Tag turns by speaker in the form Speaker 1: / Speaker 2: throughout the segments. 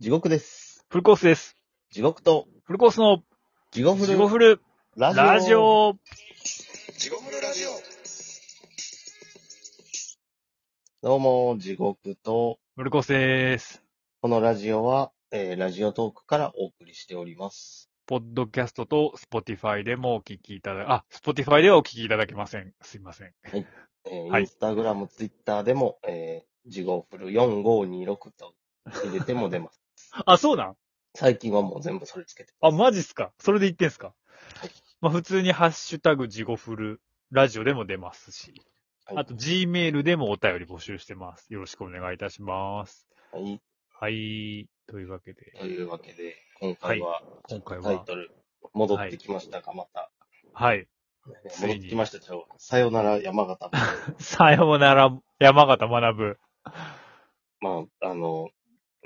Speaker 1: 地獄です。
Speaker 2: フルコースです。
Speaker 1: 地獄と、
Speaker 2: フルコースの
Speaker 1: 地獄
Speaker 2: ジゴフル
Speaker 1: ラ
Speaker 2: ラジオ。
Speaker 1: 地獄ラジオ。どうも、地獄と、
Speaker 2: フルコースです。
Speaker 1: このラジオは、えーラジオトークからお送りしております。
Speaker 2: ポッドキャストとスポティファイでもお聞きいただ、あ、スポティファイではお聞きいただけません。すいません。
Speaker 1: えー
Speaker 2: はい
Speaker 1: インスタグラム、ツイッターでも、えー、地獄フル4526と入れても出ます。
Speaker 2: あ、そうなん
Speaker 1: 最近はもう全部それつけて。
Speaker 2: あ、マジっすかそれで言ってんすか
Speaker 1: はい
Speaker 2: まあ普通にハッシュタグジゴフルラジオでも出ますし、
Speaker 1: はい
Speaker 2: あと Gmail でもお便り募集してます。よろしくお願いいたします。
Speaker 1: はい。
Speaker 2: はい。というわけで、
Speaker 1: というわけで、今回は、
Speaker 2: 今回
Speaker 1: タイ
Speaker 2: は、
Speaker 1: トル、戻ってきましたか、また。
Speaker 2: はい。 つ
Speaker 1: 戻
Speaker 2: いに
Speaker 1: ってきました、今日。さよなら、山形。
Speaker 2: さようなら、山形学ぶ。
Speaker 1: まあ、あの、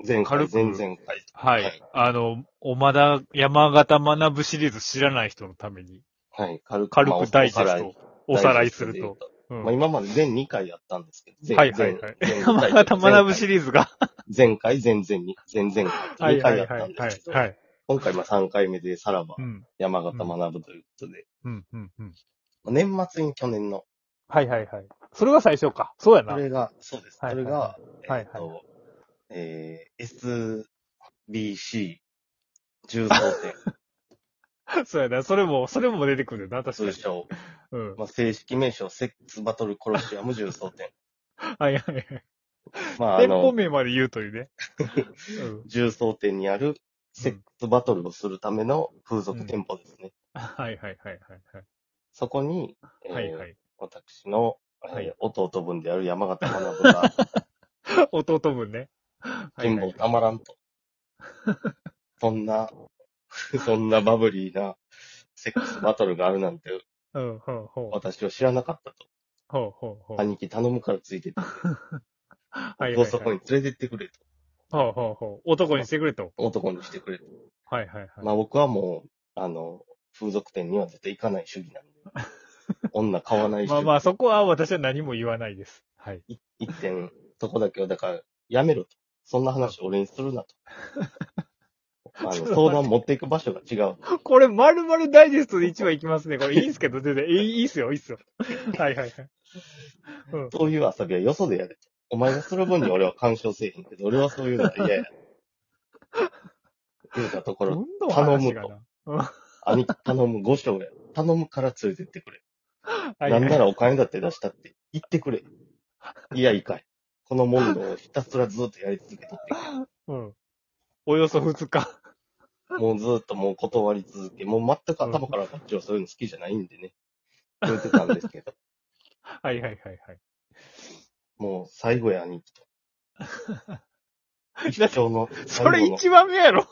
Speaker 1: 前回
Speaker 2: 軽、く
Speaker 1: 前々回。
Speaker 2: はい。
Speaker 1: はい
Speaker 2: あの、おまだ山形学ぶシリーズ知らない人のために、
Speaker 1: はい、軽く、
Speaker 2: 軽
Speaker 1: まあ
Speaker 2: くダイジェスト、おさらいする。
Speaker 1: ダイジェストで言う
Speaker 2: と。うん
Speaker 1: まあ、今まで全2回やったんですけど、全
Speaker 2: はいはいはい。山形学ぶシリーズが。
Speaker 1: 前回、前々に、前々
Speaker 2: は
Speaker 1: 回、
Speaker 2: い
Speaker 1: 2
Speaker 2: は
Speaker 1: 回
Speaker 2: い
Speaker 1: やった
Speaker 2: はい
Speaker 1: ん
Speaker 2: は
Speaker 1: で
Speaker 2: い
Speaker 1: すけ。ど
Speaker 2: は、い。
Speaker 1: 今回まあ3回目でさらば
Speaker 2: う、ん。
Speaker 1: 山形学ぶということで、
Speaker 2: うんうんうん。
Speaker 1: まあ年末に去年の、
Speaker 2: はいはいはい。それが最初か。そうやな。
Speaker 1: そ
Speaker 2: はい
Speaker 1: れが、そうです。
Speaker 2: はい
Speaker 1: それが、
Speaker 2: はい
Speaker 1: えっと、えー、SBC 重曹点
Speaker 2: そうやな。それも、それも出てくるんだよな、確か
Speaker 1: 通
Speaker 2: に。
Speaker 1: 称、
Speaker 2: うん。
Speaker 1: まあ、正式名称、セックスバトルコロシアム重曹店。
Speaker 2: はいはいはい。
Speaker 1: まあ、あ
Speaker 2: 店舗
Speaker 1: の、
Speaker 2: 名まで言うという ね。うん。
Speaker 1: 重曹店にあるセックスバトルをするための風俗店舗ですね。
Speaker 2: はいはいはいはい
Speaker 1: そこに、えー
Speaker 2: はい。はいはい。
Speaker 1: 私の、えー
Speaker 2: はい
Speaker 1: 弟分である山形学が、
Speaker 2: 弟分ね。はい
Speaker 1: 貧
Speaker 2: はい
Speaker 1: 乏たまらんと。そんな、 そんなバブリーなセックスバトルがあるなんて、
Speaker 2: うん、ほうほう。
Speaker 1: 私は知らなかったと。
Speaker 2: ほうほうほう。
Speaker 1: 兄貴頼むからついてって、
Speaker 2: はいはいは
Speaker 1: を
Speaker 2: い
Speaker 1: そこに連れてってくれと。
Speaker 2: ほうほうほう。男にしてくれと。
Speaker 1: 男にしてくれと。
Speaker 2: はいはい
Speaker 1: ま
Speaker 2: は
Speaker 1: あ僕はもう、あの、風俗店には絶対行かない主義 なんで。女買わない
Speaker 2: い。
Speaker 1: 主
Speaker 2: まあ
Speaker 1: 義。
Speaker 2: まあ、そこは私は何も言わないです。はい。
Speaker 1: 一点、そこだけは、だから、やめろと。そんな話俺にするな と。あの、相談持っていく場所が違う。
Speaker 2: これ、丸々ダイジェストで一話いきますね。これ、いいんすけど、全然。いいいいっすよ、いいっすよ。はいはいはい。うん。
Speaker 1: そういう遊びはよそでやれと。お前がする分に俺は干渉せえへんけど、俺はそういうのは 嫌や。言うたとこ
Speaker 2: ど
Speaker 1: ろ、
Speaker 2: んどん話が
Speaker 1: 頼
Speaker 2: な。
Speaker 1: 兄貴頼む五章や。頼むから連れてってくれ。
Speaker 2: はい
Speaker 1: なんな
Speaker 2: ら。
Speaker 1: らお金だって出したって、言ってくれ。いや、いいかい。この問答をひたすらずっとやり続けてって。
Speaker 2: うん。およそ2日。
Speaker 1: もうずーっともう断り続け、もう全く頭からこっちはそういうの好きじゃないんでね。言ってたんです けど。
Speaker 2: はいはいはいはい。
Speaker 1: もう最後や、兄貴と。 一
Speaker 2: だって
Speaker 1: 生の、
Speaker 2: それ
Speaker 1: 最後の
Speaker 2: 1番目やろ。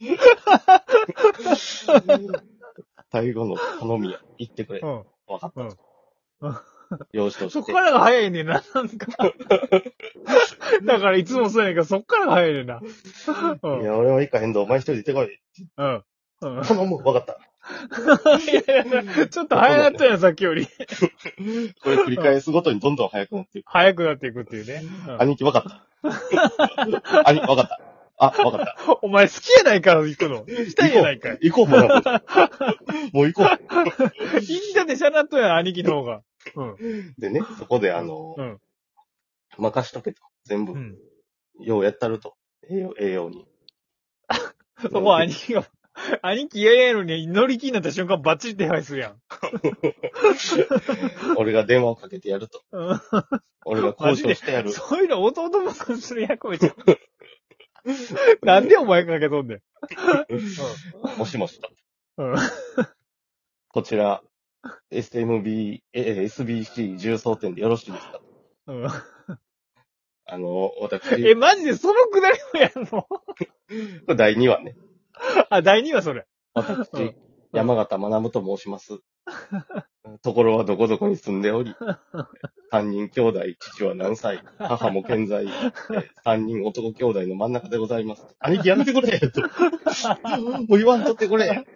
Speaker 1: 最後の頼みや。言ってくれ
Speaker 2: う。ん。
Speaker 1: 分かっ
Speaker 2: う
Speaker 1: た
Speaker 2: ん
Speaker 1: と。よしと
Speaker 2: そ
Speaker 1: し
Speaker 2: ってか。らが早いねんな、なん か。だから、いつもそうやねんけど、そっからが早いねんな。うん。
Speaker 1: いや、俺は行かへんぞ。お前一人で行ってこい。
Speaker 2: うん。うん。
Speaker 1: 頼む。分かった。
Speaker 2: いやいや、ちょっと早なったやん、さっきより。
Speaker 1: これ繰り返すごとにどんどん早くなっていく。
Speaker 2: 早くなっていくっていうね。うん
Speaker 1: 兄貴分かった。 兄貴分かった。あ、分かった。
Speaker 2: お前好きやないから行くの。行きたいやないかい。
Speaker 1: 行こう。行こう、もう なんか。もう行こう。
Speaker 2: 行きたてしゃなっとやん、兄貴の方が。うん。
Speaker 1: でね、そこであの、
Speaker 2: うん。
Speaker 1: 任しとけと。全部
Speaker 2: う。ん。
Speaker 1: ようやったると。栄養、栄養に。
Speaker 2: そこは兄貴が、兄貴嫌やのに乗り気になった瞬間バッチリ手配するやん。
Speaker 1: 俺が電話をかけてやると。
Speaker 2: うん。
Speaker 1: 俺が交渉してやる。
Speaker 2: そういうの弟もする役目 じゃん。なんでお前かけとんねん。
Speaker 1: もしもしと。
Speaker 2: うん。うん。
Speaker 1: こちら、SMB、えー SBC 重曹店でよろしいですか
Speaker 2: うん。
Speaker 1: あの、私、
Speaker 2: え、マジでそのくだりもやんの
Speaker 1: 第2話ね。
Speaker 2: あ、第2話それ。
Speaker 1: 私、
Speaker 2: うん
Speaker 1: 山形学と申します。ところはどこどこに住んでおり、3人兄弟、父は何歳、母も健在、3人男兄弟の真ん中でございます。兄貴やめてくれともう言わんとってくれ
Speaker 2: はい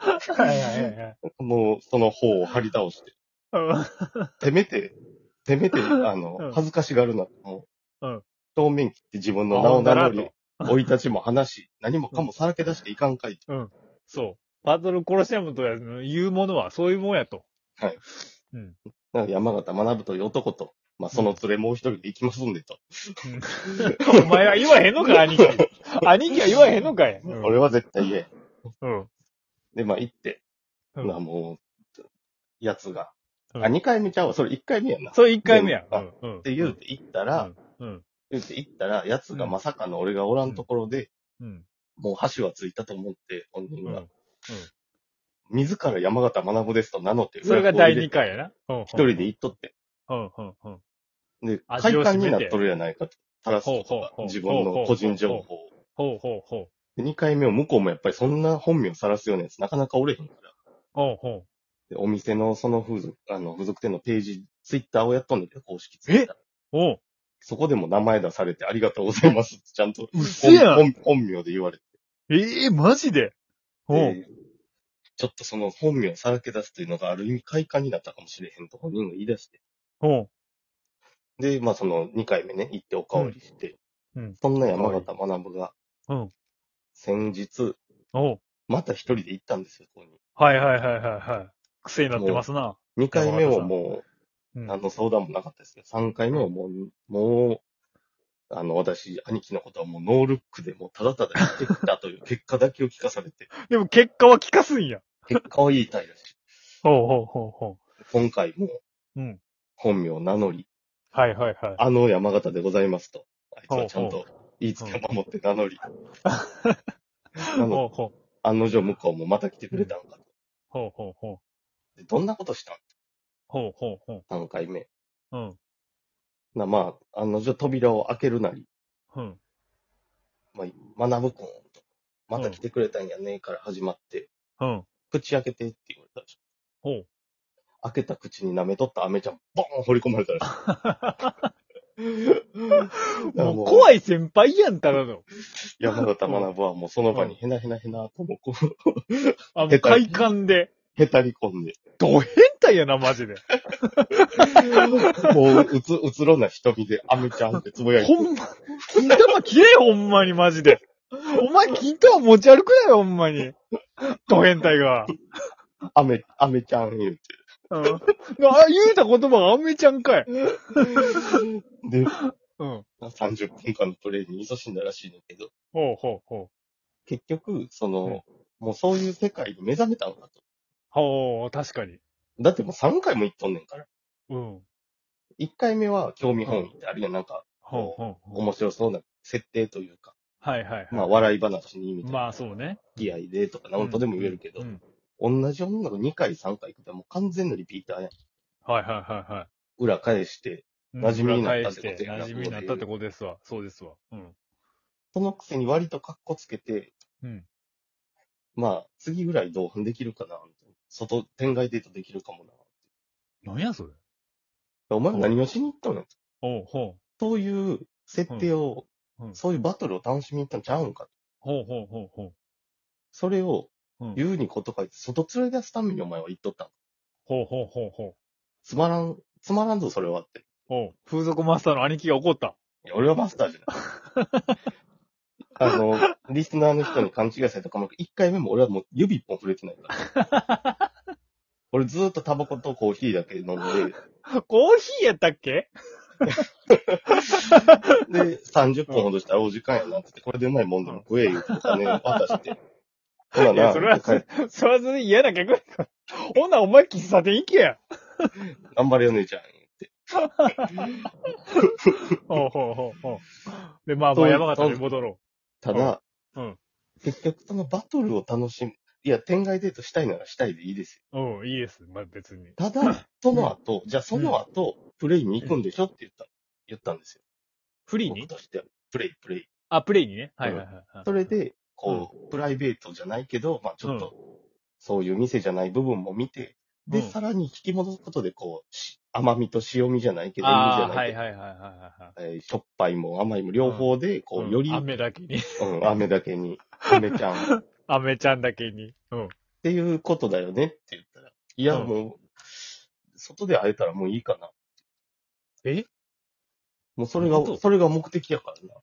Speaker 2: はいはいはい。
Speaker 1: もう、その方を張り倒して、
Speaker 2: うん
Speaker 1: せめて、せめて、あの、
Speaker 2: うん
Speaker 1: 恥ずかしがるな。もう、
Speaker 2: うん
Speaker 1: 正面切って自分の名を名乗り、生い立ちも話し、何もかもさらけ出していかんかいと。
Speaker 2: そう。バトルコロシアムとや言うものはそういうもんやと。
Speaker 1: だから山形学ぶという男と、まあ、その連れもう一人で行きますんでと。
Speaker 2: お前は言わへんの か、兄貴。兄貴は言わへんのかい。うん
Speaker 1: 俺は絶対言え。
Speaker 2: うん。
Speaker 1: で、まあ、行って、
Speaker 2: うん
Speaker 1: まあ、もう、やつが。
Speaker 2: うん
Speaker 1: あ、二回目ちゃうわ。それ一回目やな。っ
Speaker 2: それ一回目や。
Speaker 1: あ
Speaker 2: うんうん。
Speaker 1: て言うて行った
Speaker 2: う
Speaker 1: ら、
Speaker 2: ん。うん。
Speaker 1: 言うて行ったら、やつがまさかの俺がおらんところで、
Speaker 2: うん。
Speaker 1: もう箸はついたと思って、本人
Speaker 2: う
Speaker 1: が、
Speaker 2: ん
Speaker 1: 自ら山形学ですと名乗って、
Speaker 2: それが第二回やな。うん
Speaker 1: 一人で行っとって。
Speaker 2: うんうんうん。
Speaker 1: で、
Speaker 2: 味
Speaker 1: 快
Speaker 2: を占
Speaker 1: 感
Speaker 2: めて
Speaker 1: になっとるやないかと。垂らすこと
Speaker 2: ほうほう
Speaker 1: が
Speaker 2: ほう
Speaker 1: 自分の個人情報を。
Speaker 2: ほうほうほう。
Speaker 1: で、二回目を向こうもやっぱりそんな本名さらすようなやつなかなかおれへんから。
Speaker 2: ほうほ
Speaker 1: で、お店のその風俗、あの、風俗店のページ、ツイッターをやっとんだけど、公式ツイッター。
Speaker 2: う。おう。
Speaker 1: そこでも名前出されてありがとうございます ってちゃんと
Speaker 2: うっせ
Speaker 1: 本
Speaker 2: やん。
Speaker 1: 本本名で言われて。
Speaker 2: ええ、マジで。おう。
Speaker 1: でちょっとその本名をさらけ出すというのがある意味快感になったかもしれへんと本人が言い出して。
Speaker 2: おう。
Speaker 1: で、まあその2回目ね、行っておかわりして。
Speaker 2: うんうん
Speaker 1: そんな山形学が、
Speaker 2: うん
Speaker 1: 先日、
Speaker 2: おう。
Speaker 1: また一人で行ったんですよ、ここに。
Speaker 2: はいはいはいはいはい。癖になってますな。
Speaker 1: 2回目はも
Speaker 2: う
Speaker 1: う、
Speaker 2: ん
Speaker 1: 何の相談もなかったですけど、3回目はもう、もう、あの、私、兄貴のことはもうノールックで、もうただただ言ってきたという結果だけを聞かされ て、
Speaker 2: でも結果は聞かすんや。
Speaker 1: 結果はいいたいらしい。
Speaker 2: ほうほうほうほ
Speaker 1: 今回も
Speaker 2: う。うん。
Speaker 1: 本名を名乗り、
Speaker 2: はいはいはい。
Speaker 1: あの山形でございますと。あいつはちゃんと言いつけを守って名乗り。 なの
Speaker 2: ほうほう。
Speaker 1: 案の定向こうもまた来てくれたんかと。
Speaker 2: ほうほうほう。
Speaker 1: でどんなことした
Speaker 2: ほうほうほ
Speaker 1: ん ?3 回目。
Speaker 2: う。うん。
Speaker 1: なまあ、案の定扉を開けるなり、
Speaker 2: うん。
Speaker 1: まあ、学ぶくんと。また来てくれたんやねから始まって、
Speaker 2: うん。
Speaker 1: 口開けてって言われたでし
Speaker 2: ほう。
Speaker 1: ょ。開けた口に舐めとったアメちゃん、ボーン掘り込まれたらし い。
Speaker 2: もう怖
Speaker 1: い。
Speaker 2: い先輩やん、ただの。
Speaker 1: 山形学はもうその場にヘナヘナヘナともこう、
Speaker 2: あの、
Speaker 1: 下手
Speaker 2: 快感で。
Speaker 1: へたり込ん で、
Speaker 2: ど変態やな、マジで。
Speaker 1: もううつ、うつろな瞳でアメちゃんってつぶやいて
Speaker 2: ほんま、金玉切れよ、ほんまに、マジで。お前、金玉持ち歩くなよ、ほんまに。ド変態が。
Speaker 1: アメ、アメちゃん言うて。
Speaker 2: うん。あ、言うた言葉がアメちゃんかい。
Speaker 1: で、
Speaker 2: うん。
Speaker 1: 30分間のプレイに勤しんだらしいんだけど、
Speaker 2: ほうほうほう。
Speaker 1: 結局、その、もうそういう世界に目覚めたのかと。
Speaker 2: ほう、確かに。
Speaker 1: だってもう3回も行っとんねんから。
Speaker 2: うん。
Speaker 1: 1回目は興味本位ってあるやん、なんか、
Speaker 2: ほうほうほう。
Speaker 1: 面白そうな設定というか、
Speaker 2: はいはいはい。
Speaker 1: まあ、笑い話にみたいな、
Speaker 2: まあ、そうね。
Speaker 1: 付き合いでとか、なんとでも言えるけど、
Speaker 2: うん
Speaker 1: 同じ女の2回3回行くともう完全なリピーターやん。
Speaker 2: はいはいはいはい。
Speaker 1: 裏返して、
Speaker 2: うん
Speaker 1: 馴染みになったってことやな
Speaker 2: 裏返して馴染みになったってことですわ。そうですわ。うん。
Speaker 1: そのくせに割と格好つけて、
Speaker 2: うん。
Speaker 1: まあ、次ぐらい同伴できるかな、みたいな外、展外デートできるかもな。
Speaker 2: 何やそれ。
Speaker 1: お前ら何をしに行ったの
Speaker 2: ほうほう。
Speaker 1: そういう設定を、
Speaker 2: うんうん
Speaker 1: そういうバトルを楽しみに行ったんちゃうんか。
Speaker 2: ほうほうほうほう。
Speaker 1: それを
Speaker 2: うん、
Speaker 1: 言うにこと書いて、外連れ出すためにお前は言っとったん。
Speaker 2: ほうほうほうほう。
Speaker 1: つまらん、つまらんぞ、それはって。
Speaker 2: ほう。風俗マスターの兄貴が怒った。
Speaker 1: いや俺はマスターじゃない。 あの、リスナーの人に勘違いされたかも、一回目も俺はもう指一本触れてないから。俺ずーっとタバコとコーヒーだけ飲んで、
Speaker 2: コーヒーやったっけ
Speaker 1: で、30分ほどしたらお時間やなってって、これでうまいもんでも食えよってお金渡して。ほら
Speaker 2: いや
Speaker 1: な、
Speaker 2: それは
Speaker 1: 帰って
Speaker 2: それはそれで嫌な客やからほんならお前喫茶店行けや。
Speaker 1: 頑張れよ姉ちゃんって。
Speaker 2: ほうほうほうほう。で、まあま
Speaker 1: そ
Speaker 2: あ
Speaker 1: う
Speaker 2: 山形に戻ろ
Speaker 1: ただ、
Speaker 2: うんうん
Speaker 1: 結局そのバトルを楽しむ。いや、天外デートしたいならしたいでいいです
Speaker 2: う。うん、いいです。まあ別に。
Speaker 1: よ。ただ、その後、じゃあその後、プレイに行くんでしょって言った、言ったんですよ。
Speaker 2: フリー
Speaker 1: 僕
Speaker 2: に
Speaker 1: としてはプレイ、プレイ。
Speaker 2: あ、プレイにね。はいはいはいはい。
Speaker 1: それで、こう、プライベートじゃないけど、まあちょっと、そういう店じゃない部分も見て、で、
Speaker 2: うん
Speaker 1: さらに引き戻すことで、こうし、甘みと塩味じゃないけど、味じゃ
Speaker 2: ああ、
Speaker 1: な
Speaker 2: はいい
Speaker 1: けど、
Speaker 2: はいはいはいはいはい。
Speaker 1: えーしょっぱいも甘いも両方で、こ
Speaker 2: うん
Speaker 1: う、より、
Speaker 2: 雨だけに。
Speaker 1: うん、飴だけ に、飴ちゃん
Speaker 2: 雨ちゃんだけに。うん。
Speaker 1: っていうことだよねって言ったら、いや、
Speaker 2: うん
Speaker 1: もう、外で会えたらもういいかな。
Speaker 2: え
Speaker 1: もうそれ
Speaker 2: どういうこ
Speaker 1: が、
Speaker 2: と
Speaker 1: それが目的やからな。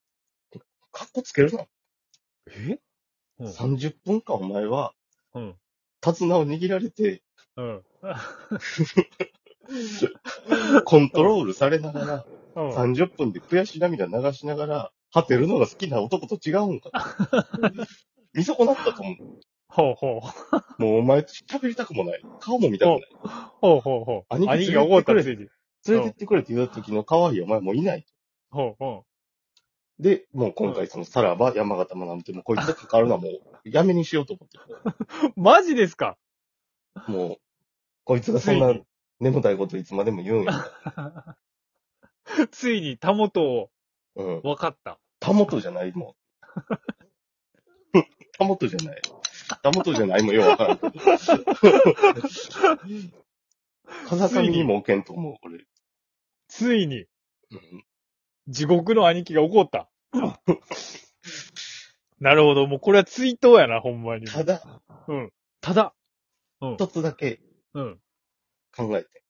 Speaker 1: かっこつけるな。
Speaker 2: えうん。
Speaker 1: 30分間お前は、
Speaker 2: うん。
Speaker 1: 手綱を握られて、
Speaker 2: うん。
Speaker 1: コントロールされながら、
Speaker 2: うん。
Speaker 1: 30分で悔し涙流しながら、果てるのが好きな男と違うんか。 見損なったと思う。
Speaker 2: ほうほう。
Speaker 1: もうお前と喋りたくもない。顔も見たくない。
Speaker 2: ほうほうほう。
Speaker 1: 兄貴
Speaker 2: 兄貴が怒ったらしいに。
Speaker 1: 連れてってくれって言った時の可愛いお前もういない。
Speaker 2: ほうほ
Speaker 1: で、もう今回そのさらば山形学んで、もうこいつと関わるのはもうやめにしようと思って。
Speaker 2: う。マジですか
Speaker 1: もう、こいつがそ
Speaker 2: つ
Speaker 1: ん
Speaker 2: い
Speaker 1: な
Speaker 2: に、
Speaker 1: 眠たいこといつまでも言うんや。
Speaker 2: ついに、たもとを
Speaker 1: うん。
Speaker 2: 分かった。
Speaker 1: たもとじゃない、もう。たもとじゃない。たもとじゃないもようわからんけど。風上にも置けんと思う、俺。
Speaker 2: ついに、
Speaker 1: うん
Speaker 2: 地獄の兄貴が怒 った。なるほど。もうこれは追悼やな、ほんまに。
Speaker 1: ただ、
Speaker 2: うん。ただ、うん。
Speaker 1: 一つだけ
Speaker 2: うん。
Speaker 1: 考えて。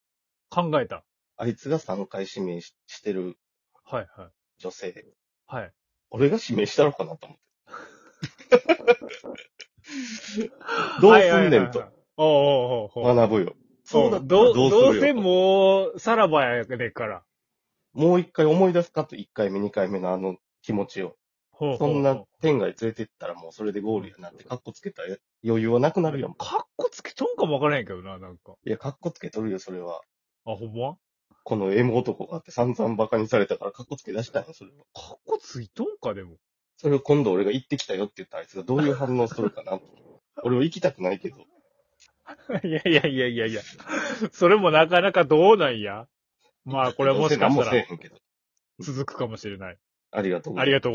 Speaker 2: 考えた。
Speaker 1: あいつが3回指名ししてる
Speaker 2: はいはい。
Speaker 1: 女性。
Speaker 2: はい。
Speaker 1: 俺が指名したのかなと 思って。どうすんねんと
Speaker 2: はいはいはいはい。おうおうおうおう
Speaker 1: 学ぶよ。そうだったら
Speaker 2: どう
Speaker 1: どうする
Speaker 2: ど
Speaker 1: よ
Speaker 2: うせもう、さらばやでから。
Speaker 1: もう一回思い出すかと、一回目、二回目のあの気持ちを。
Speaker 2: ほうほ
Speaker 1: そ
Speaker 2: うんほう
Speaker 1: な天外連れてったらもうそれでゴールやなって、カッコつけたら余裕はなくなるよ。
Speaker 2: かっこつけとんかもわからへんけどな、なんか。
Speaker 1: いや、カッコつけとるよ、それは。
Speaker 2: あ、ほんま
Speaker 1: この M 男があって散々バカにされたからカッコつけ出したんよ、それは。
Speaker 2: かっこついとんか、でも。
Speaker 1: それを今度俺が行ってきたよって言ったらあいつがどういう反応するかなと。俺は行きたくない けど。
Speaker 2: いやいやいやいやいや。それもなかなかどうなんや。まあ、これはもしか
Speaker 1: どうせ何も
Speaker 2: した
Speaker 1: せ
Speaker 2: ら
Speaker 1: えへんけど。
Speaker 2: 続くかもしれない。
Speaker 1: ありがとうございます
Speaker 2: ありがとうございます。